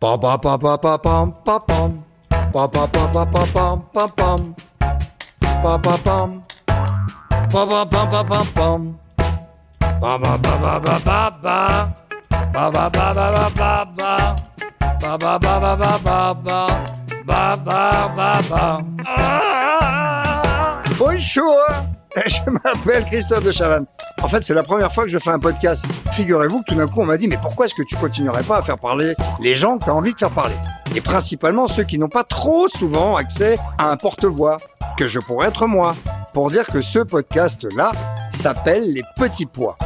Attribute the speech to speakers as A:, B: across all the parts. A: Pam pam pam pam pam pam pam pam pam pam pam pam pam pam pam pam pam pam pam pam pam pam pam pam pam pam pam pam pam Ba ba ba ba ba ba ba ba ba ba ba ba ba ba ba ba ba ba Ah Bonjour Je m'appelle Christophe de Chavannes. En fait, c'est la première fois que je fais un podcast. Figurez-vous que tout d'un coup, on m'a dit Mais pourquoi est-ce que tu continuerais pas à faire parler les gens que tu as envie de faire parler Et principalement ceux qui n'ont pas trop souvent accès à un porte-voix, que je pourrais être moi, pour dire que ce podcast-là s'appelle Les Petits Pois.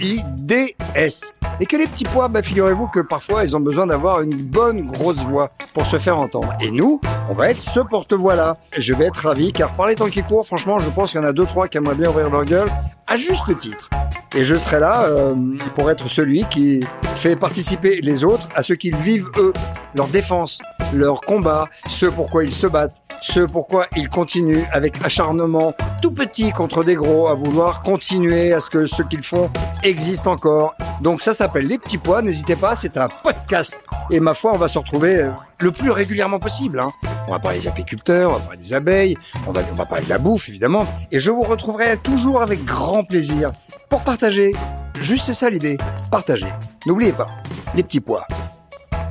A: P-O-I-D-S. Et que les petits pois, bah, figurez-vous que parfois ils ont besoin d'avoir une bonne grosse voix pour se faire entendre. Et nous, on va être ce porte-voix là. Je vais être ravi car par les temps qui courent, franchement, je pense qu'il y en a deux, trois qui aimeraient bien ouvrir leur gueule à juste titre. Et je serai là euh, pour être celui qui fait participer les autres à ce qu'ils vivent eux, leur défense, leur combat, ce pourquoi ils se battent, ce pourquoi ils continuent avec acharnement, tout petit contre des gros, à vouloir continuer à ce que ce qu'ils font existe encore. Donc ça s'appelle Les Petits Pois, n'hésitez pas, c'est un podcast. Et ma foi, on va se retrouver euh, le plus régulièrement possible. hein. On va parler des apiculteurs, on va parler des abeilles, on va, on va parler de la bouffe, évidemment. Et je vous retrouverai toujours avec grand plaisir pour partager. Juste c'est ça l'idée, partager. N'oubliez pas, les petits pois.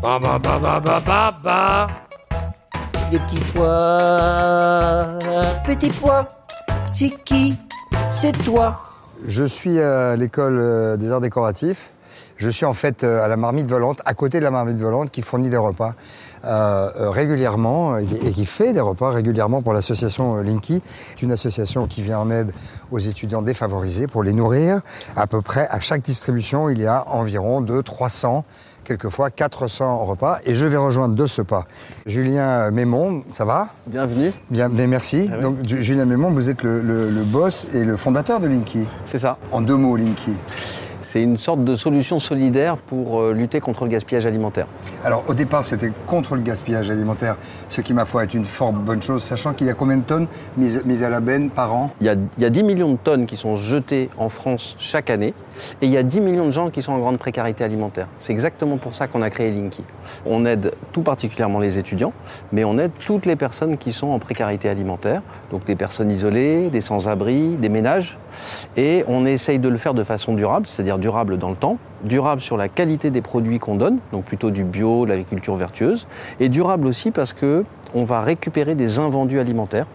A: Ba, ba, ba, ba, ba, ba, ba.
B: Des petits pois. Petit pois, c'est qui C'est toi.
C: Je suis à l'école euh, des arts décoratifs. Je suis en fait euh, à la marmite volante, à côté de la marmite volante qui fournit des repas euh, euh, régulièrement et qui- et qui fait des repas régulièrement pour l'association euh, Linky. C'est une association qui vient en aide aux étudiants défavorisés pour les nourrir. À peu près à chaque distribution, il y a environ 2 300 quelquefois 400 repas, et je vais rejoindre de ce pas Julien Mémon, ça va
D: Bienvenue,
C: Bien, mais merci.
D: Ah oui.
C: Donc, Ju- Julien Mémon, vous êtes le, le- le boss et le fondateur de Linky.
D: c'est ça.
C: En deux mots, Linky.
D: C'est une sorte de solution solidaire pour euh, lutter contre le gaspillage alimentaire.
C: Alors, au départ, c'était contre le gaspillage alimentaire, ce qui, ma foi, est une fort bonne chose, sachant qu'il y a combien de tonnes mises, mises à la benne par an
D: Il y, a, il y a 10 millions de tonnes qui sont jetées en France chaque année et il y a 10 millions de gens qui sont en grande précarité alimentaire. C'est exactement pour ça qu'on a créé Linky. On aide tout particulièrement les étudiants, mais on aide toutes les personnes qui sont en précarité alimentaire, donc des personnes isolées, des sans-abri, des ménages. Et on essaye de le faire de façon durable, c'est-à-dire durable dans le temps, durable sur la qualité des produits qu'on donne, donc plutôt du bio, de l'agriculture vertueuse, et durable aussi parce que on va récupérer des invendus alimentaires.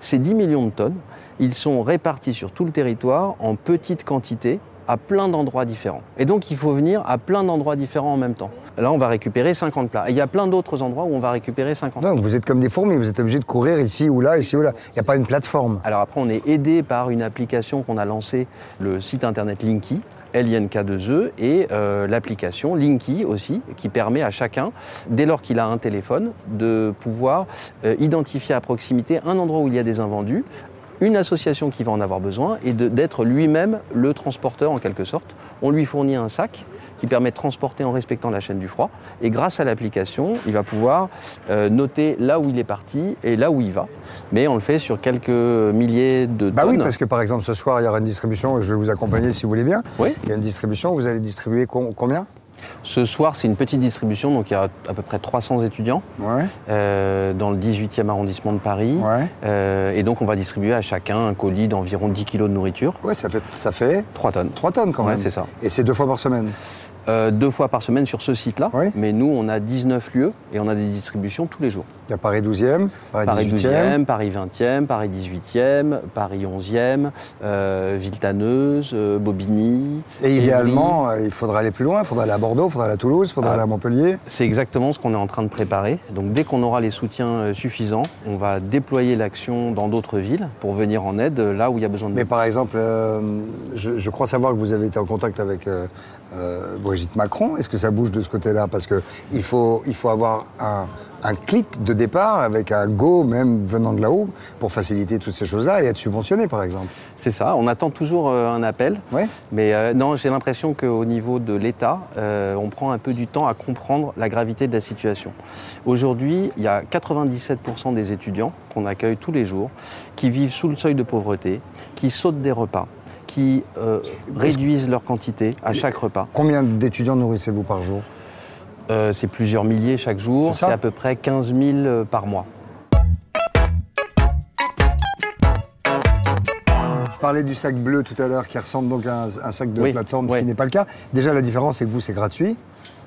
D: Ces 10 millions de tonnes, ils sont répartis sur tout le territoire en petites quantités à plein d'endroits différents. Et donc il faut venir à plein d'endroits différents en même temps. Là, on va récupérer 50 plats. Et il y a plein d'autres endroits où on va récupérer 50 plats.
C: Donc, vous êtes comme des fourmis, vous êtes obligé de courir ici ou là, ici ou là. Il n'y a pas une plateforme.
D: Alors après, on est aidé par une application qu'on a lancée, le site internet Linky. LINK2E et euh, l'application Linky aussi, qui permet à chacun, dès lors qu'il a un téléphone, de pouvoir euh, identifier à proximité un endroit où il y a des invendus, une association qui va en avoir besoin et de- d'être lui-même le transporteur en quelque sorte. On lui fournit un sac qui permet de transporter en respectant la chaîne du froid et grâce à l'application, il va pouvoir euh, noter là où il est parti et là où il va. Mais on le fait sur quelques milliers de
C: Bah
D: tonnes.
C: oui, parce que par exemple, ce soir, il y aura une distribution, je vais vous accompagner si vous voulez bien.
D: Oui.
C: Il y a une distribution, vous allez distribuer com- combien
D: Ce soir, c'est une petite distribution, donc il y a à peu près 300 étudiants
C: Ouais.
D: euh, dans le 18e arrondissement de Paris.
C: Ouais.
D: Euh, et donc on va distribuer à chacun un colis d'environ 10 kilos de nourriture,
C: Ouais, ça fait, ça fait
D: 3 tonnes.
C: 3 tonnes quand
D: Ouais,
C: même.
D: c'est ça.
C: Et c'est deux fois par semaine.
D: Euh, deux fois par semaine sur ce site-là.
C: Oui.
D: Mais nous, on a 19 lieux et on a des distributions tous les jours.
C: Il y a Paris 12e, Paris,
D: Paris
C: 18e.
D: 12e, Paris 20e, Paris 18e, Paris 11e, euh, Villetaneuse, euh, Bobigny.
C: Et
D: Évry.
C: idéalement, euh, il faudra aller plus loin, il faudra aller à Bordeaux, il faudra aller à Toulouse, il faudra
D: Ah.
C: aller à Montpellier.
D: C'est exactement ce qu'on est en train de préparer. Donc dès qu'on aura les soutiens euh, suffisants, on va déployer l'action dans d'autres villes pour venir en aide euh, là où il y a besoin de
C: Mais
D: nous.
C: par exemple, euh, je, je crois savoir que vous avez été en contact avec euh, euh, Brigitte Macron Est-ce que ça bouge de ce côté-là Parce qu'il faut, il faut avoir un, un clic de départ avec un go même venant de là-haut pour faciliter toutes ces choses-là et être subventionné par exemple.
D: C'est ça, on attend toujours euh, un appel.
C: Ouais.
D: Mais euh, non, j'ai l'impression qu'au niveau de l'État, euh, on prend un peu du temps à comprendre la gravité de la situation. Aujourd'hui, il y a 97% des étudiants qu'on accueille tous les jours qui vivent sous le seuil de pauvreté, qui sautent des repas, qui euh, réduisent leur quantité à chaque repas.
C: Combien d'étudiants nourrissez-vous par jour
D: Euh, c'est plusieurs milliers chaque jour,
C: C'est ça.
D: c'est à peu près 15 000 euh, par mois.
C: Je parlais du sac bleu tout à l'heure qui ressemble donc à un, un sac de
D: Oui,
C: plateforme, ce
D: ouais.
C: qui n'est pas le cas. Déjà la différence c'est que vous c'est gratuit.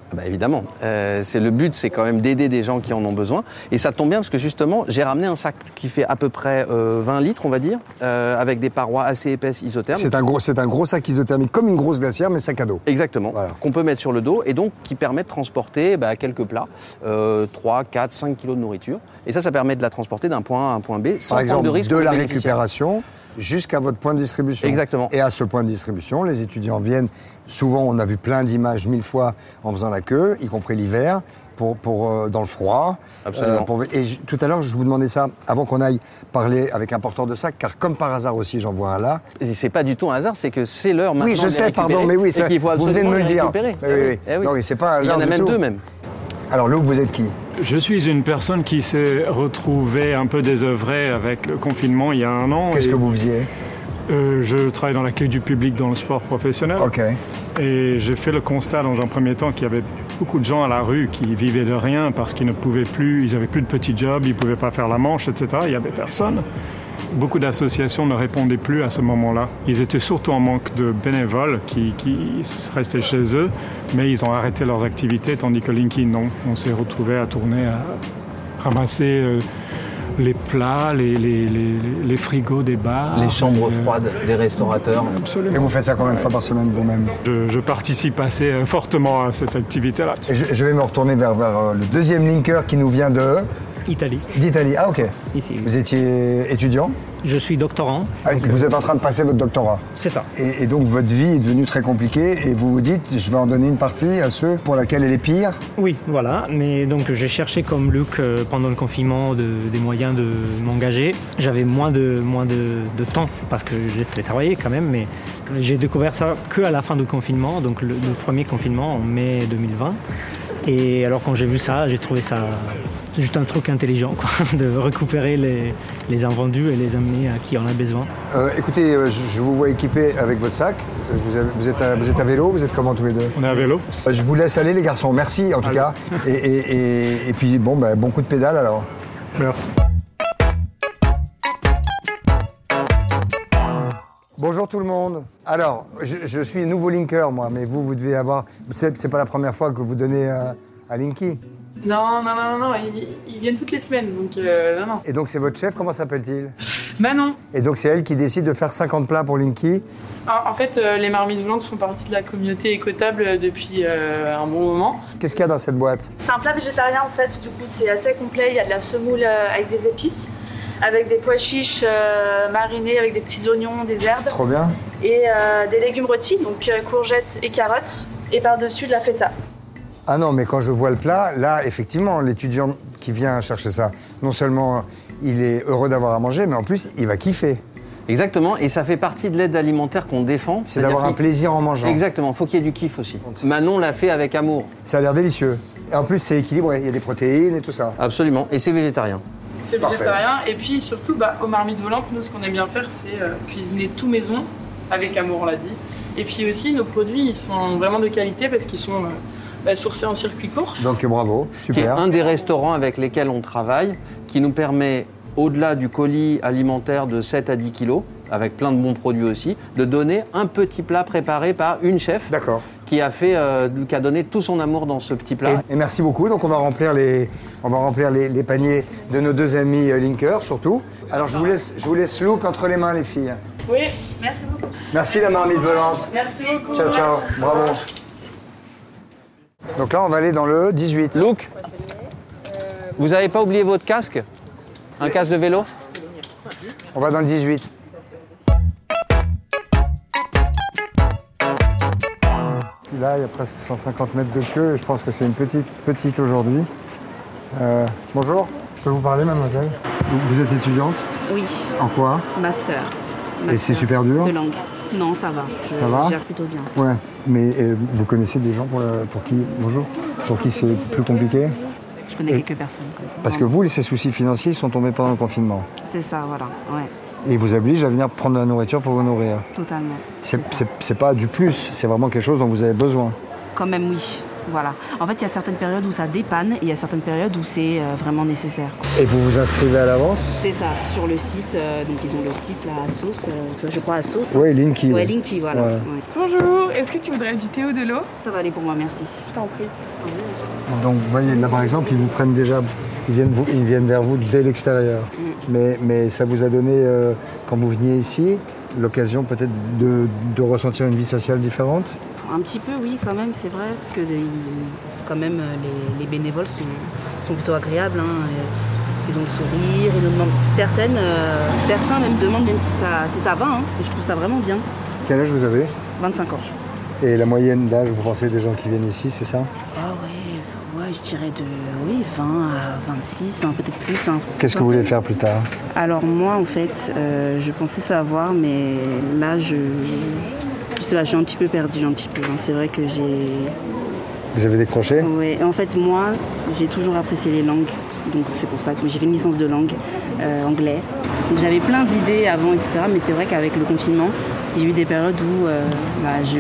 D: Ah Bah évidemment, Euh, c'est le but, c'est quand même d'aider des gens qui en ont besoin. Et ça tombe bien parce que justement, j'ai ramené un sac qui fait à peu près euh, 20 litres, on va dire, euh, avec des parois assez épaisses isothermes.
C: C'est un, gros, c'est un gros sac isothermique comme une grosse glacière mais sac à dos.
D: Exactement,
C: Voilà.
D: qu'on peut mettre sur le dos et donc qui permet de transporter bah, quelques plats, euh, 3, 4, 5 kilos de nourriture. Et ça, ça permet de la transporter d'un point A à un point B sans
C: Par
D: prendre
C: exemple
D: de risque.
C: de
D: pour le
C: la
D: bénéficiaire.
C: récupération jusqu'à votre point de distribution.
D: Exactement.
C: Et à ce point de distribution, les étudiants viennent. Souvent, on a vu plein d'images mille fois en faisant la queue, y compris l'hiver, pour, pour, euh, dans le froid. Euh,
D: Absolument.
C: pour- et j- tout à l'heure, je vous demandais ça avant qu'on aille parler avec un porteur de sac, car comme par hasard aussi, j'en vois un là.
D: Et c'est pas du tout un hasard, c'est que c'est l'heure maintenant.
C: Oui, je
D: de les
C: sais, pardon,
D: récupérer
C: mais oui,
D: et
C: ça-
D: qu'il faut
C: vous venez de
D: absolument
C: me le
D: les
C: dire.
D: récupérer. Eh
C: Mais oui, oui. Non, mais c'est pas un
D: Il y
C: hasard
D: en a
C: du
D: même
C: tout.
D: deux, même.
C: Alors, Lou, vous êtes qui
E: Je suis une personne qui s'est retrouvée un peu désœuvrée avec le confinement il y a un an.
C: Qu'est-ce
E: Et,
C: que vous faisiez
E: euh, Je travaille dans l'accueil du public dans le sport professionnel.
C: Ok.
E: Et j'ai fait le constat dans un premier temps qu'il y avait beaucoup de gens à la rue qui vivaient de rien parce qu'ils ne pouvaient plus, ils n'avaient plus de petits jobs, ils ne pouvaient pas faire la manche, etc. Il n'y avait personne. Beaucoup d'associations ne répondaient plus à ce moment-là. Ils étaient surtout en manque de bénévoles qui, qui restaient chez eux, mais ils ont arrêté leurs activités, tandis que Linky, non. On s'est retrouvés à tourner, à ramasser euh, les plats, les, les- les- les frigos des bars.
D: Les chambres
E: Euh,
D: froides des restaurateurs.
E: Absolument.
C: Et vous faites ça combien de fois par semaine vous-même
E: Je, je participe assez euh, fortement à cette activité-là.
C: Et je, je vais me retourner vers, vers, euh, le deuxième linker qui nous vient de
F: Italie,
C: d'Italie. Ah, ok.
F: ici.
C: Vous étiez étudiant
F: Je suis doctorant, euh,
C: Ah, Vous êtes en train de passer votre doctorat
F: c'est ça.
C: Et, et donc votre vie est devenue très compliquée et vous vous dites je vais en donner une partie à ceux pour laquelle elle est pire.
F: Oui, voilà. Mais donc j'ai cherché comme Luc euh, pendant le confinement de- des moyens de m'engager. J'avais moins de moins de, de temps parce que j'ai télétravaillé quand même, mais j'ai découvert ça que à la fin du confinement, donc le, le premier confinement en mai 2020. Et alors quand j'ai vu ça, j'ai trouvé ça juste un truc intelligent, quoi, de récupérer les, les invendus et les amener à qui en a besoin.
C: Euh, écoutez, euh, je, je vous vois équipé avec votre sac. Euh, Vous, avez- vous êtes à, vous êtes à vélo, vous êtes comment tous les deux
E: On est à vélo.
C: Euh, Je vous laisse aller les garçons, merci en tout cas. Et, et- et- et puis bon, bah, bon coup de pédale alors.
E: Merci.
C: Bonjour tout le monde. Alors, je, je suis nouveau linker moi, mais vous, vous devez avoir... C'est c'est pas la première fois que vous donnez euh, à Linky.
G: Non, non, non, non, non, ils, ils viennent toutes les semaines, donc euh, non, non.
C: Et donc c'est votre chef, comment s'appelle-t-il
G: Manon,
C: Et donc c'est elle qui décide de faire 50 plats pour Linky.
G: en, en fait, euh, les marmites volantes font partie de la communauté écotable depuis euh, un bon moment.
C: Qu'est-ce qu'il y a dans cette boîte
H: C'est un plat végétarien en fait, du coup c'est assez complet. Il y a de la semoule euh, avec des épices, avec des pois chiches euh, marinés, avec des petits oignons, des herbes
C: Trop bien.
H: et euh, des légumes rôtis, donc euh, courgettes et carottes, et par-dessus de la feta.
C: Ah non, mais quand je vois le plat, là, effectivement, l'étudiant qui vient chercher ça, non seulement il est heureux d'avoir à manger, mais en plus, il va kiffer.
D: Exactement, et ça fait partie de l'aide alimentaire qu'on défend.
C: C'est
D: C'est-à-dire
C: d'avoir un
D: qu'il-
C: plaisir en mangeant.
D: Exactement, faut qu'il y ait du kiff aussi. Manon l'a fait avec amour,
C: Ça a l'air délicieux. Et en plus, c'est équilibré, il y a des protéines et tout ça.
D: absolument, et c'est Ah, végétarien.
G: C'est
C: Parfait.
G: végétarien. Et puis surtout, bah, aux marmites volantes, nous, ce qu'on aime bien faire, c'est euh, cuisiner tout maison, avec amour, on l'a dit. Et puis aussi, nos produits, ils sont vraiment de qualité parce qu'ils sont euh, bah, sourcés en circuit court.
C: Donc bravo,
D: qui est
C: super.
D: un des restaurants avec lesquels on travaille, qui nous permet, au-delà du colis alimentaire de 7 à 10 kilos, avec plein de bons produits aussi, de donner un petit plat préparé par une chef
C: D'accord.
D: qui a, fait, euh, qui a donné tout son amour dans ce petit plat.
C: Et, et merci beaucoup. Donc on va remplir les, on va remplir les, les paniers de nos deux amis euh, Linker, surtout. Alors je vous laisse, je vous laisse Look entre les mains, les filles.
G: Oui,
H: Merci beaucoup.
C: Merci la marmite volante.
G: merci beaucoup.
C: Ciao, ciao. Bravo. Donc là, on va aller dans le 18.
D: Luc, vous n'avez pas oublié votre casque Un casque de vélo
C: On va dans le 18. Celui-là, là, il y a presque 150 mètres de queue et je pense que c'est une petite, petite aujourd'hui. Euh, bonjour, je peux vous parler, mademoiselle Donc, Vous êtes étudiante
I: Oui,
C: En quoi
I: master.
C: Ah. Et c'est super dur
I: De langue. Non, ça va. Je
C: Ça va
I: gère plutôt bien. ça.
C: Ouais, mais euh, vous connaissez des gens pour, euh, pour qui, bonjour, pour qui c'est plus compliqué
I: Je connais quelques personnes comme ça.
C: Parce que vous, ces soucis financiers sont tombés pendant le confinement
I: C'est ça, voilà. Ouais,
C: et vous oblige à venir prendre de la nourriture pour vous nourrir.
I: totalement.
C: C'est
I: C'est ça.
C: c'est- c'est pas du plus, c'est vraiment quelque chose dont vous avez besoin.
I: Quand même, oui. Voilà. En fait, il y a certaines périodes où ça dépanne et il y a certaines périodes où c'est euh, vraiment nécessaire. quoi.
C: Et vous vous inscrivez à l'avance
I: C'est ça, sur le site. euh, donc, ils ont le site, là, à sauce. euh, je crois à sauce.
C: Oui, Linky.
I: Ouais,
C: ouais.
I: Linky, voilà.
C: Ouais.
I: Ouais.
G: Bonjour, est-ce que tu voudrais une vidéo de l'eau
I: Ça va aller pour moi, merci.
G: Je t'en prie.
C: Donc vous voyez, là par exemple, ils vous prennent déjà, ils viennent, vous- ils viennent vers vous dès l'extérieur. Mais, mais ça vous a donné, euh, quand vous veniez ici, l'occasion peut-être de, de ressentir une vie sociale différente
I: Un petit peu, oui, quand même, c'est vrai, parce que des- quand même, euh, les, les bénévoles sont, sont plutôt agréables. hein, et ils ont le sourire, ils nous demandent certaines, euh, certains même demandent même si ça, si ça va. hein, et je trouve ça vraiment bien.
C: Quel âge vous avez
I: 25 ans.
C: Et la moyenne d'âge, vous pensez, des gens qui viennent ici, c'est ça
I: Ah ouais, ouais, je dirais de oui, 20 à 26, hein, peut-être plus. hein.
C: Qu'est-ce que vous voulez faire plus tard
I: Alors moi, en fait, euh, je pensais savoir, mais là, je, je sais pas, je suis un petit peu perdue, un petit peu. hein. C'est vrai que j'ai
C: Vous avez décroché
I: Ouais, en fait, moi, j'ai toujours apprécié les langues. Donc, c'est pour ça que j'ai fait une licence de langue euh, anglais. Donc, j'avais plein d'idées avant, etc. Mais c'est vrai qu'avec le confinement, il y a eu des périodes où euh, bah, je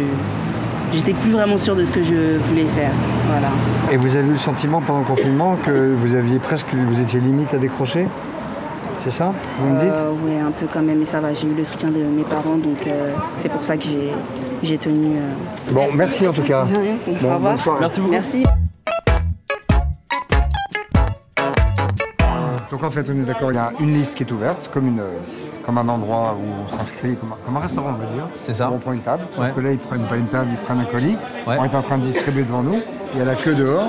I: j'étais plus vraiment sûre de ce que je voulais faire. Voilà.
C: Et vous avez eu le sentiment pendant le confinement que vous aviez presque, vous étiez limite à décrocher C'est ça Vous me dites
I: Euh, ouais, un peu quand même, mais ça va. J'ai eu le soutien de mes parents, donc euh, c'est pour ça que j'ai j'ai tenu. euh,
C: Bon, merci en tout cas.
I: de rien.
C: Bon,
I: Au revoir.
C: bonne soirée.
I: Merci beaucoup. Merci.
C: Donc en fait, on est d'accord, il y a une liste qui est ouverte, comme, une, comme un endroit où on s'inscrit, comme, un- comme un restaurant, on va dire.
D: C'est ça.
C: Où on prend une table, sauf
D: Ouais.
C: que là, ils prennent pas une table, ils prennent un colis.
D: Ouais.
C: On est en train de distribuer devant nous. Il y a la queue dehors.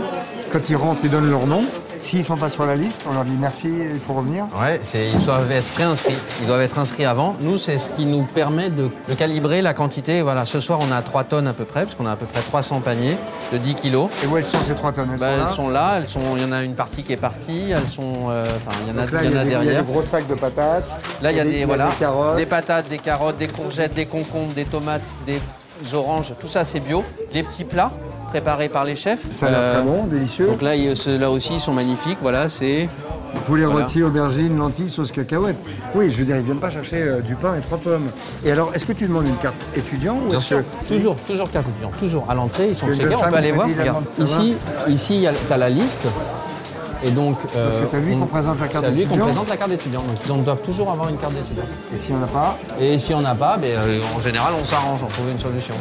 C: Quand ils rentrent, ils donnent leur nom. S'ils sont pas sur la liste, on leur dit merci, il faut revenir.
D: Ouais, c'est- ils doivent être préinscrits. Ils doivent être inscrits avant. Nous, c'est ce qui nous permet de, de calibrer la quantité. Voilà, ce soir, on a 3 tonnes à peu près, parce qu'on a à peu près 300 paniers de 10 kilos.
C: Et où elles sont ces trois tonnes Elles
D: Bah,
C: sont là.
D: elles sont là, elles sont. Il y en a une partie qui est partie. Elles sont. euh, Enfin, il y en a,
C: Donc là,
D: il y en a
C: des- il y a
D: derrière.
C: des gros sacs de patates.
D: Là, il y a des, voilà,
C: des carottes.
D: des patates, des carottes, des courgettes, des concombres, des tomates, des oranges. Tout ça, c'est bio. Des petits plats préparés par les chefs.
C: Ça a l'air
D: Euh,
C: très bon, délicieux.
D: Donc là, il- ceux-là aussi, ils sont magnifiques. Voilà, c'est
C: Poulet
D: Voilà.
C: rôti, aubergine, lentilles, sauce cacahuète. Oui, je veux dire, ils viennent pas chercher euh, du pain et trois pommes. Et alors, est-ce que tu demandes une carte étudiant ou
D: Bien
C: est-ce
D: sûr,
C: que...
D: toujours, toujours carte étudiante, toujours à l'entrée, ils sont
C: Que
D: chez
C: deux
D: on
C: femmes
D: peut aller
C: qui
D: voir.
C: valident la
D: Regarde,
C: vente, ça
D: Ici, ici, tu as la liste. Et donc, euh,
C: c'est à lui
D: on-
C: qu'on présente la carte
D: C'est à lui qu'on
C: d'étudiant.
D: présente la carte d'étudiant. Donc, ils en doivent toujours avoir une carte d'étudiant.
C: Et s'il n'y en a pas
D: Et si on n'a pas, ben, euh, en général, on s'arrange, on trouve une solution.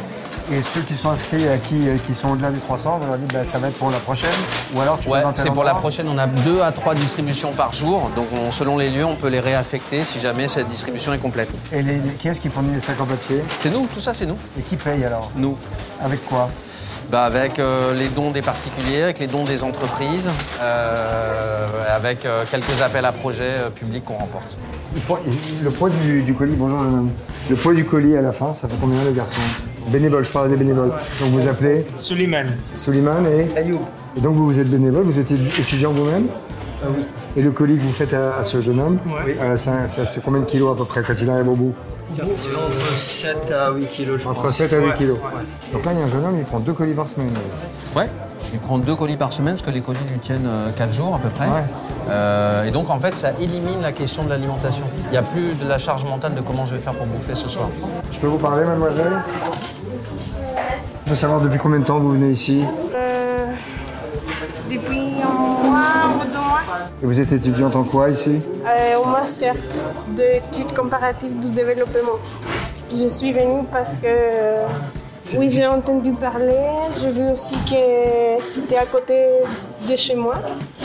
C: Et ceux qui sont inscrits, euh, qui, euh, qui sont au-delà des 300, on leur dit bah, ça va être pour la prochaine. Ou alors tu
D: Ouais,
C: demandes à
D: c'est pour la
C: l'endroit.
D: prochaine, on a deux à trois distributions par jour. Donc, on- selon les lieux, on peut les réaffecter si jamais cette distribution est complète.
C: Et les, les- qui est-ce qui fournit les sacs en papier
D: C'est nous, tout ça, c'est nous.
C: Et qui paye alors
D: Nous.
C: Avec quoi
D: Bah, avec euh, les dons des particuliers, avec les dons des entreprises, euh, avec euh, quelques appels à projets euh, publics qu'on remporte.
C: Ils font- ils- Le poids du, du colis, bonjour jeune homme. Le poids du colis à la fin, ça fait combien les garçons Bénévole, je parle des bénévoles. Donc vous appelez
J: Suleiman,
C: Souliman et Ayoub. Et donc vous, vous êtes bénévole, vous êtes édu- étudiant vous-même Ah Oui. Et le colis que vous faites à, à ce jeune homme, euh, ça- ça- c'est combien de kilos à peu près quand il arrive au bout
J: c'est c'est entre 7 à 8 kilos, je
C: Entre
J: pense.
C: 7 à 8
J: Ouais,
C: kilos.
J: ouais.
C: Donc là, il y a un jeune homme, il prend deux colis par semaine.
D: Ouais. Il prend deux colis par semaine parce que les colis lui tiennent 4 jours à peu près.
C: Ouais.
D: Euh, et donc en fait ça élimine la question de l'alimentation. Il n'y a plus de la charge mentale de comment je vais faire pour bouffer ce soir.
C: Je peux vous parler, mademoiselle Je veux savoir depuis combien de temps vous venez ici
K: Euh, Depuis un mois ou deux mois,
C: Et vous êtes étudiante en quoi ici
K: euh, au master d'études comparatives du développement. Je suis venue parce que euh, oui, j'ai entendu parler. J'ai vu aussi que c'était à côté de chez moi.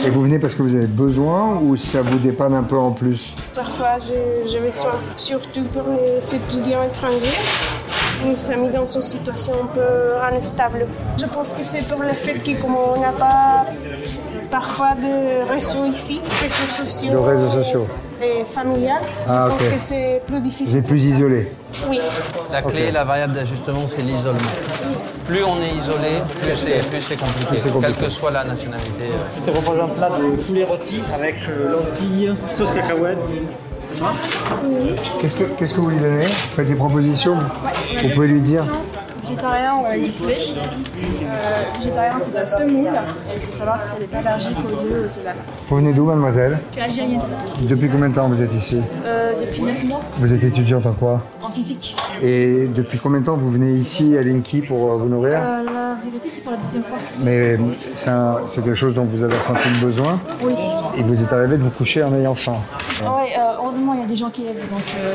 C: Et vous venez parce que vous avez besoin ou ça vous dépanne un peu en plus
K: Parfois, je- j'ai besoin, surtout pour les étudiants étrangers. nous a mis dans une situation un peu instable. Je pense que c'est pour le fait que comme on n'a pas parfois de réseaux ici, réseaux sociaux.
C: De réseaux sociaux.
K: Et familial,
C: Ah,
K: je
C: ok.
K: pense que c'est plus difficile.
C: Vous êtes plus isolé.
K: Oui.
J: La clé, la variable d'ajustement, c'est l'isolement. Plus on est isolé, plus c'est, plus c'est compliqué, quelle que soit la nationalité.
D: euh.
L: Je te propose un plat de poulet rôti avec euh, lentilles, sauce cacahuète.
C: Qu'est-ce que, qu'est-ce que vous lui donnez Vous faites des propositions Vous pouvez lui dire
M: Végétarien, on va y poulet. Euh, végétarien, c'est la semoule. Et il faut savoir si elle n'est pas allergique aux œufs ou aux sésames.
C: Vous venez d'où, mademoiselle
M: Je suis algérienne.
C: Depuis combien de temps vous êtes ici
M: Euh, depuis 9 mois,
C: Vous êtes étudiante en quoi
M: en physique.
C: Et depuis combien de temps vous venez ici à Linky pour euh, vous nourrir
M: Euh, la vérité, c'est pour la deuxième fois.
C: Mais c'est un- c'est quelque chose dont vous avez ressenti le besoin
M: Oui.
C: et vous êtes arrivé de vous coucher en ayant faim.
N: Ah
M: Ouais, euh, heureusement, il y a des gens qui aident. Donc, euh,
C: Ouais.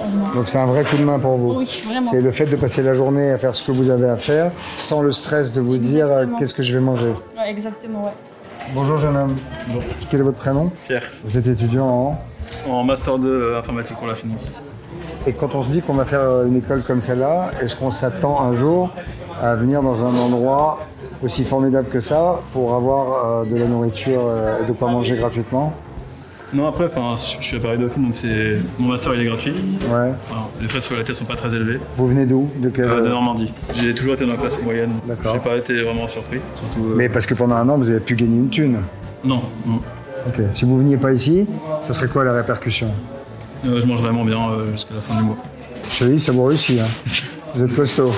M: heureusement.
C: Donc c'est un vrai coup de main pour vous.
M: Oui, vraiment.
C: C'est le fait de passer la journée à faire ce que vous avez à faire sans le stress de vous dire euh, qu'est-ce que je vais manger.
M: Ouais, exactement, ouais.
C: Bonjour jeune homme. Quel est votre prénom
O: Pierre.
C: Vous êtes étudiant en...
O: En master 2 euh, informatique pour la finance.
C: Et quand on se dit qu'on va faire euh, une école comme celle-là, est-ce qu'on s'attend un jour à venir dans un endroit aussi formidable que ça pour avoir euh, de la nourriture euh, et de quoi manger gratuitement
O: Non, après, enfin, je je suis à Paris Dauphine, donc c'est mon master il est gratuit.
C: Ouais.
O: Alors, les frais scolaritaires sont pas très élevés.
C: Vous venez d'où De quel-
O: Euh, de Normandie. J'ai toujours été dans la classe moyenne. D'accord. J'ai pas été vraiment surpris. Surtout. euh, Mm.
C: Mais parce que pendant un an, vous avez pu gagner une thune.
O: Non, non.
C: Ok. Si vous veniez pas ici, ça serait quoi la répercussion
O: Euh, je mange vraiment bien euh, jusqu'à la fin du mois.
C: Je te dis, ça vous réussit. hein. vous êtes costaud.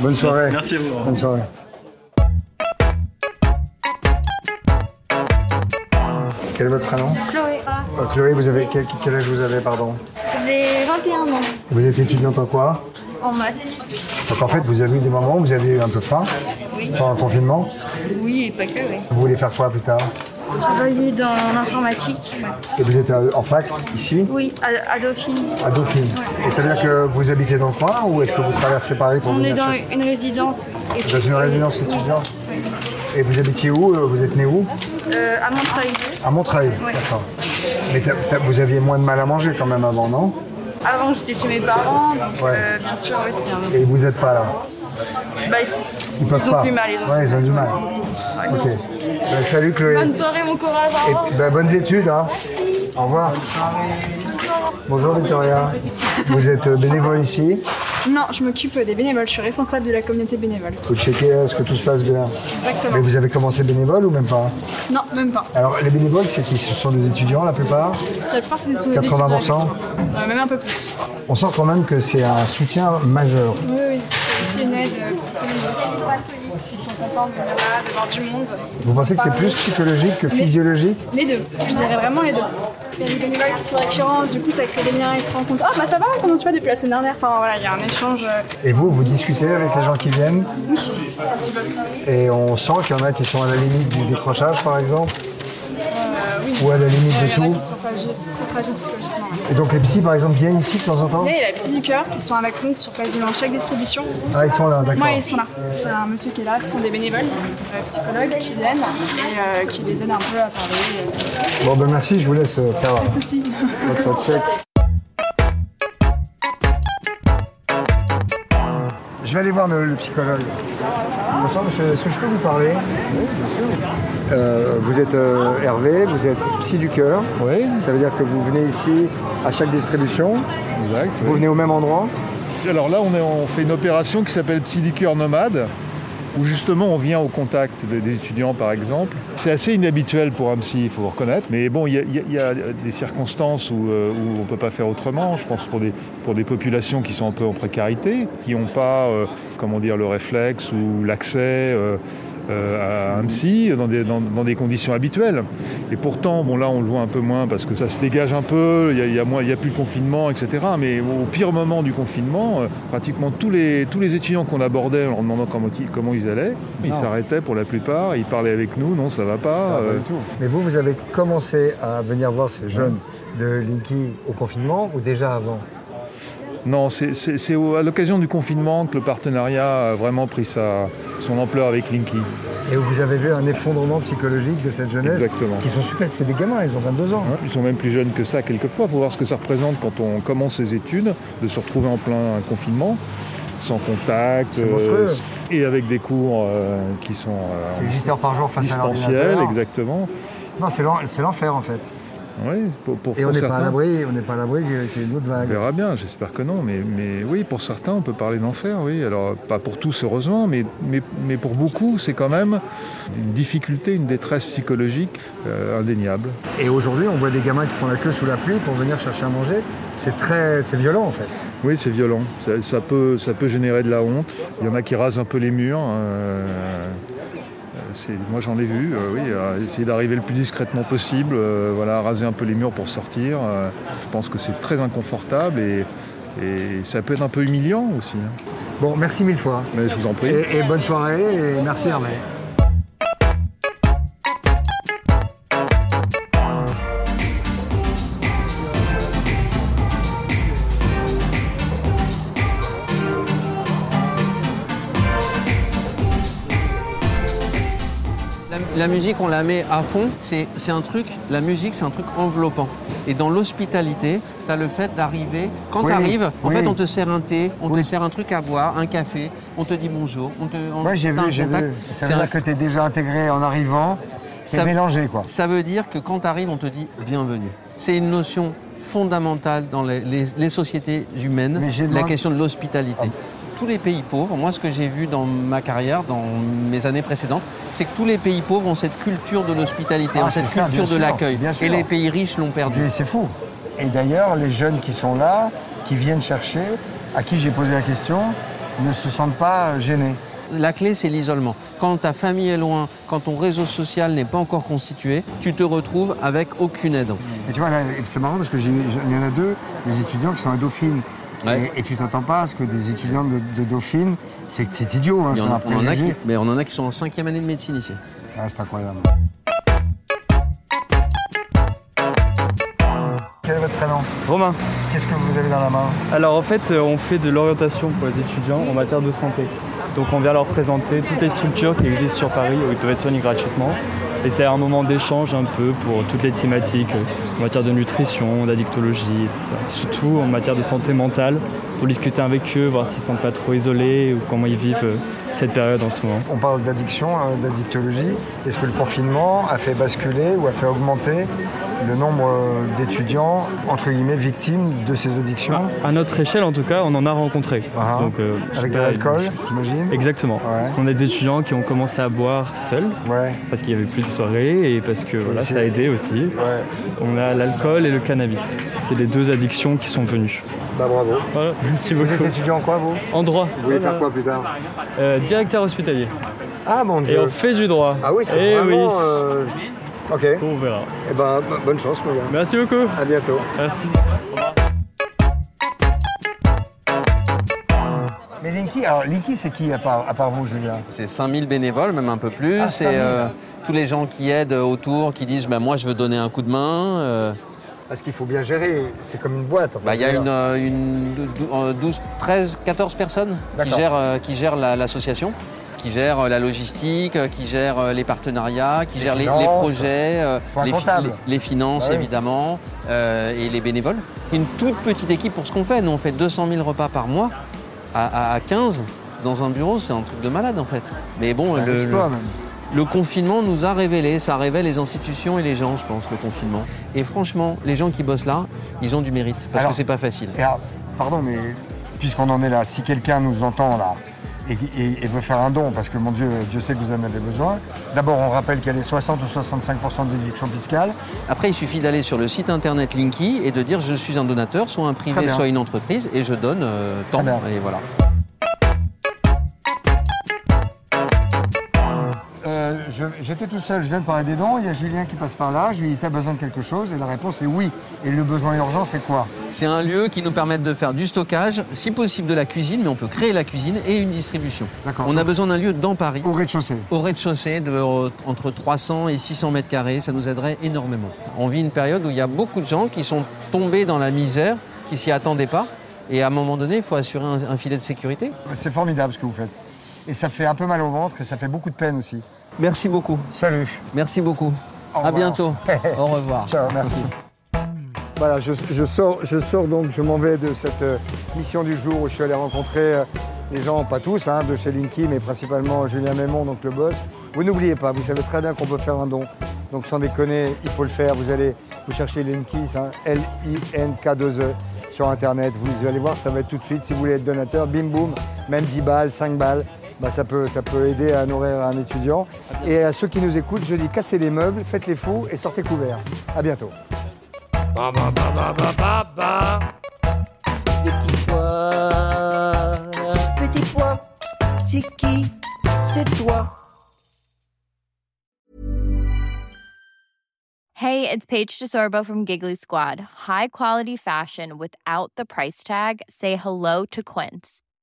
C: Bonne soirée.
O: Merci à vous.
C: Bonne soirée. Quel est votre prénom
N: Chloé,
C: Euh, Chloé, vous avez quel, quel âge vous avez, pardon
N: j'ai 21 ans
C: Vous êtes étudiante en quoi
N: en maths.
C: Donc en fait, vous avez eu des moments où vous avez eu un peu faim
N: Oui.
C: pendant le confinement.
N: Oui, et pas que, oui.
C: Vous voulez faire quoi plus tard
N: Travailler dans l'informatique.
C: Et vous êtes euh, en fac ici
N: Oui, à, à Dauphine.
C: À Dauphine. Et ça veut dire que vous habitez dans le coin ou est-ce que vous traversez Paris pour
N: On est
C: venir
N: dans
C: chercher
N: une résidence. Et
C: Dans une résidence étudiante Et vous habitiez où euh, Vous êtes né où
N: Euh, à Montreuil.
C: À Montreuil,
N: Ouais.
C: d'accord. Mais t'as- t'as- vous aviez moins de mal à manger quand même avant, non
N: Avant, j'étais chez mes parents, donc
C: Ouais.
N: euh, bien sûr, ouais, c'était un
C: Et vous n'êtes pas là
N: Bah,
C: Ils peuvent
N: ont
C: pas.
N: du mal, ils ont
C: Ouais, ils ont du mal.
N: Ouais.
C: Ok. Ben, salut Chloé.
N: Bonne soirée, mon courage, au
C: Et
N: revoir.
C: puis, ben, bonnes études. Hein. Au revoir. Bonjour Victoria. Vous êtes euh, bénévole ici.
M: Non, je m'occupe des bénévoles, je suis responsable de la communauté bénévole.
C: Vous checkez euh, ce que tout se passe bien.
M: Exactement.
C: Mais vous avez commencé bénévole ou même pas
M: Non, même pas.
C: Alors les bénévoles, c'est qui Ce sont des étudiants la plupart
M: C'est la plupart, c'est des souvenirs.
C: 80%.
M: Ouais, Même un peu plus.
C: On sent quand même que c'est un soutien majeur.
M: Oui, oui, c'est aussi une aide euh, psychologique. Ils sont contents de, venir là, de voir du monde.
C: Vous pensez que c'est plus psychologique que
M: Mais-
C: physiologique
M: Les deux, je dirais vraiment les deux. Il y a des bénévoles qui sont récurrents, du coup ça crée des liens, ils se rendent compte. Oh bah ça va, comment tu vas depuis la semaine dernière Enfin voilà, il y a un échange. euh,
C: Et vous, vous discutez avec les gens qui viennent
M: Oui, un petit peu. euh,
C: et on sent qu'il y en a qui sont à la limite du décrochage par exemple.
M: Euh, oui.
C: Ou à la limite
M: Ouais,
C: de
M: Il y en a
C: tout.
M: qui sont fragiles, très fragiles psychologiquement.
C: Et donc les psys par exemple viennent ici de temps en temps
M: Il y a la psy du cœur qui sont à Macron sur quasiment chaque distribution.
C: Ah, ils sont là, d'accord.
M: Moi, ils sont là. C'est un monsieur qui est là, ce sont des bénévoles, euh, psychologues qui viennent et euh, qui les aident un peu à parler. Euh,
C: Bon ben merci, je vous laisse euh, faire
M: Pas de soucis.
C: votre check. Je vais aller voir le, le psychologue. Bonsoir, monsieur, est-ce que je peux vous parler Euh, vous êtes euh, Hervé, vous êtes psy du cœur. Oui. Ça veut dire que vous venez ici à chaque distribution.
P: Exact.
C: Vous venez au même endroit
P: Alors là, on, est- on fait une opération qui s'appelle Psyliqueur Nomade, où justement on vient au contact des, des étudiants par exemple. C'est assez inhabituel pour un psy, il faut vous reconnaître, mais bon, il y a- il y, a- il y a des circonstances où, euh, où on ne peut pas faire autrement. Je pense pour des, pour des populations qui sont un peu en précarité, qui n'ont pas, euh, comment dire, le réflexe ou l'accès. euh, euh, à un psy dans des, dans- dans des conditions habituelles. Et pourtant, bon là on le voit un peu moins parce que ça se dégage un peu, il y a- il y a, moins- il y a plus de confinement, etc. Mais au pire moment du confinement, euh, pratiquement tous les, tous les étudiants qu'on abordait en leur demandant comment, ils- comment ils allaient, ils
C: Non.
P: s'arrêtaient pour la plupart, ils parlaient avec nous, non ça va pas.
C: Ah, pas
P: euh,
C: du tout. Mais vous, vous avez commencé à venir voir ces jeunes de Linky au confinement ou déjà avant
P: Non, c'est- c'est c'est au- à l'occasion du confinement que le partenariat a vraiment pris sa, son ampleur avec Linky.
C: Et où vous avez vu un effondrement psychologique de cette jeunesse
P: Exactement. Hein,
C: qui sont super, c'est des gamins, ils ont 22 ans.
P: Ils sont même plus jeunes que ça quelquefois. Il faut voir ce que ça représente quand on commence ses études, de se retrouver en plein confinement. sans contact. euh,
C: C'est monstrueux.
P: et avec des cours euh, qui sont euh,
C: C'est 8 heures par jour face à
P: distanciels,
C: l'ordinateur.
P: exactement.
C: Non, c'est l'en- c'est l'enfer en fait.
P: Oui, pour, pour-
C: Et on
P: pour
C: n'est pas à
P: certains.
C: l'abri, on n'est pas à l'abri qu'il y ait- qu'il y ait une autre
P: On
C: vague.
P: verra bien, j'espère que non, mais, mais oui, pour certains, on peut parler d'enfer, oui. Alors, pas pour tous, heureusement, mais, mais, mais pour beaucoup, c'est quand même une difficulté, une détresse psychologique euh, indéniable.
C: Et aujourd'hui, on voit des gamins qui font la queue sous la pluie pour venir chercher à manger. C'est très, c'est violent en fait.
P: Oui, c'est violent, ça, ça peut, ça peut générer de la honte. Il y en a qui rasent un peu les murs. euh, c'est- moi, j'en ai vu, euh, oui, euh, essayer d'arriver le plus discrètement possible, euh, voilà, raser un peu les murs pour sortir. euh, je pense que c'est très inconfortable et, et ça peut être un peu humiliant aussi. hein.
C: Bon, merci mille fois.
P: Mais je vous en prie.
C: Et, et bonne soirée et merci Hervé.
D: La, la musique, on la met à fond. C'est c'est un truc, la musique, c'est un truc enveloppant. Et dans l'hospitalité, tu as le fait d'arriver. Quand tu
C: Oui,
D: arrives, en
C: oui.
D: fait, on te sert un thé, on te sert un truc à boire, un café, on te dit bonjour. On te, on-
C: Moi j'ai
D: t'as un
C: vu, j'ai
D: contact.
C: vu.
D: C'est
C: Ça veut
D: un-
C: dire que t'es déjà intégré en arrivant. C'est mélangé quoi.
D: Ça veut dire que quand tu arrives, on te dit bienvenue. C'est une notion fondamentale dans les, les- les sociétés humaines, la
C: demandé- Ah.
D: question de l'hospitalité. Tous les pays pauvres, moi ce que j'ai vu dans ma carrière, dans mes années précédentes, c'est que tous les pays pauvres ont cette culture de l'hospitalité,
C: Ah,
D: ont cette
C: c'est ça,
D: culture
C: bien
D: de
C: sûr,
D: l'accueil.
C: bien sûr.
D: Et les pays riches l'ont perdu.
C: Mais c'est fou. Et d'ailleurs, les jeunes qui sont là, qui viennent chercher, à qui j'ai posé la question, ne se sentent pas gênés.
D: La clé, c'est l'isolement. Quand ta famille est loin, quand ton réseau social n'est pas encore constitué, tu te retrouves avec aucune aide.
C: Et tu vois, là, et c'est marrant parce qu'il y en a deux, des étudiants qui sont à Dauphine.
D: Ouais.
C: Et, et tu t'attends pas à ce que des étudiants de, de Dauphine, c'est c'est idiot, hein,
D: Il y
C: c'est
D: en a-
C: un
D: on en a qui-
C: préjugé.
D: mais on en a qui sont en cinquième année de médecine ici.
C: Ah, c'est incroyable. Quel est votre prénom
Q: Romain.
C: Qu'est-ce que vous avez dans la main
Q: Alors en fait, euh, on fait de l'orientation pour les étudiants en matière de santé. Donc on vient leur présenter toutes les structures qui existent sur Paris où ils peuvent être soignés gratuitement. Et c'est un moment d'échange un peu pour toutes les thématiques euh, en matière de nutrition, d'addictologie, etc. Surtout en matière de santé mentale, pour discuter avec eux, voir s'ils ne sont pas trop isolés ou comment ils vivent euh, cette période en ce moment.
C: On parle d'addiction, hein, d'addictologie. Est-ce que le confinement a fait basculer ou a fait augmenter le nombre euh, d'étudiants, entre guillemets, victimes de ces addictions
Q: À notre échelle, en tout cas, on en a rencontré.
C: Ah,
Q: Donc, euh, je sais
C: Avec de
Q: pas,
C: l'alcool, j'imagine
Q: Exactement. On a des étudiants qui ont commencé à boire seuls parce qu'il n'y avait plus de soirée et parce que voilà,
C: c'est-
Q: ça a aidé aussi. On a l'alcool et le cannabis. C'est les deux addictions qui sont venues.
C: Bah bravo.
Q: Voilà, merci
C: Vous
Q: beaucoup.
C: êtes étudiant en quoi, vous
Q: En droit.
C: Vous voulez faire quoi plus tard
Q: Euh, Directeur hospitalier.
C: Ah mon
Q: Et
C: dieu
Q: on fait du droit.
C: Ah oui, c'est
Q: Eh
C: vraiment...
Q: oui.
C: euh, Ok.
Q: On verra.
C: Eh ben, b- bonne chance, mon gars.
Q: Merci beaucoup.
C: À bientôt.
Q: Merci.
C: Mais Linky, alors Linky, c'est qui à part, à part vous, Julien
D: C'est 5000 bénévoles, même un peu plus.
C: Ah,
D: c'est
C: 5 000.
D: euh, tous les gens qui aident autour, qui disent bah, Moi, je veux donner un coup de main. euh.
C: Parce qu'il faut bien gérer, c'est comme une boîte. en
D: Bah, Il y a
C: fait.
D: une, euh, une dou- dou- euh, 12, 13, 14 personnes qui
C: D'accord.
D: gèrent, euh, qui gèrent la- l'association, qui gèrent euh, la logistique, euh, qui gèrent euh, les partenariats, qui
C: Les
D: gèrent les- les,
C: finances.
D: projets, euh,
C: Faut un
D: les, fi-
C: comptable.
D: les- les finances
C: Bah oui.
D: évidemment, euh, et les bénévoles. Une toute petite équipe pour ce qu'on fait. Nous, on fait 200 000 repas par mois à, à- à 15 dans un bureau, c'est un truc de malade en fait. Mais bon,
C: C'est un
D: le- le,
C: exploit, même.
D: le confinement nous a révélé, ça révèle les institutions et les gens, je pense, le confinement. Et franchement, les gens qui bossent là, ils ont du mérite, parce
C: Alors,
D: que c'est pas facile.
C: Et alors, pardon, mais puisqu'on en est là, si quelqu'un nous entend là et, et- et veut faire un don, parce que mon Dieu, Dieu sait que vous en avez besoin, d'abord on rappelle qu'elle est 60 ou 65 de déduction fiscale.
D: Après, il suffit d'aller sur le site internet Linky et de dire je suis un donateur, soit un
C: Très
D: privé,
C: bien.
D: soit une entreprise, et je donne euh, tant. Et voilà.
C: Euh, je- J'étais tout seul, je viens de parler des dons, il y a Julien qui passe par là, je lui dis t'as besoin de quelque chose et la réponse est oui. Et le besoin urgent c'est quoi
D: C'est un lieu qui nous permet de faire du stockage, si possible de la cuisine, mais on peut créer la cuisine et une distribution. On a besoin d'un lieu dans Paris.
C: Au rez-de-chaussée.
D: Au rez-de-chaussée, de, euh, entre 300 et 600 mètres carrés, ça nous aiderait énormément. On vit une période où il y a beaucoup de gens qui sont tombés dans la misère, qui s'y attendaient pas. Et à un moment donné, il faut assurer un- un filet de sécurité.
C: C'est formidable ce que vous faites. Et ça fait un peu mal au ventre et ça fait beaucoup de peine aussi.
D: Merci beaucoup.
C: Salut.
D: Merci beaucoup.
C: Au
D: à
C: revoir.
D: bientôt. Au revoir.
C: Ciao, merci. Voilà, je, je sors, je sors donc, je m'en vais de cette euh, mission du jour où je suis allé rencontrer euh, les gens, pas tous, hein, de chez Linky, mais principalement Julien Mémon, donc le boss. Vous n'oubliez pas, vous savez très bien qu'on peut faire un don. Donc sans déconner, il faut le faire. Vous allez, vous cherchez Linky, c'est un L-I-N-K-2-E E, sur Internet. Vous allez voir, ça va être tout de suite. Si vous voulez être donateur, bim boum, même 10 balles, 5 balles, bah, ça, peut, ça peut aider à nourrir un étudiant. Et à ceux qui nous écoutent, je dis cassez les meubles, faites les fous et sortez couverts. À bientôt.
A: Ba, ba, ba, ba, ba, ba, ba.
B: Pois, petit pois, c'est qui C'est toi.
R: Hey, it's Paige DeSorbo from Giggly Squad. High quality fashion without the price tag. Say hello to Quince.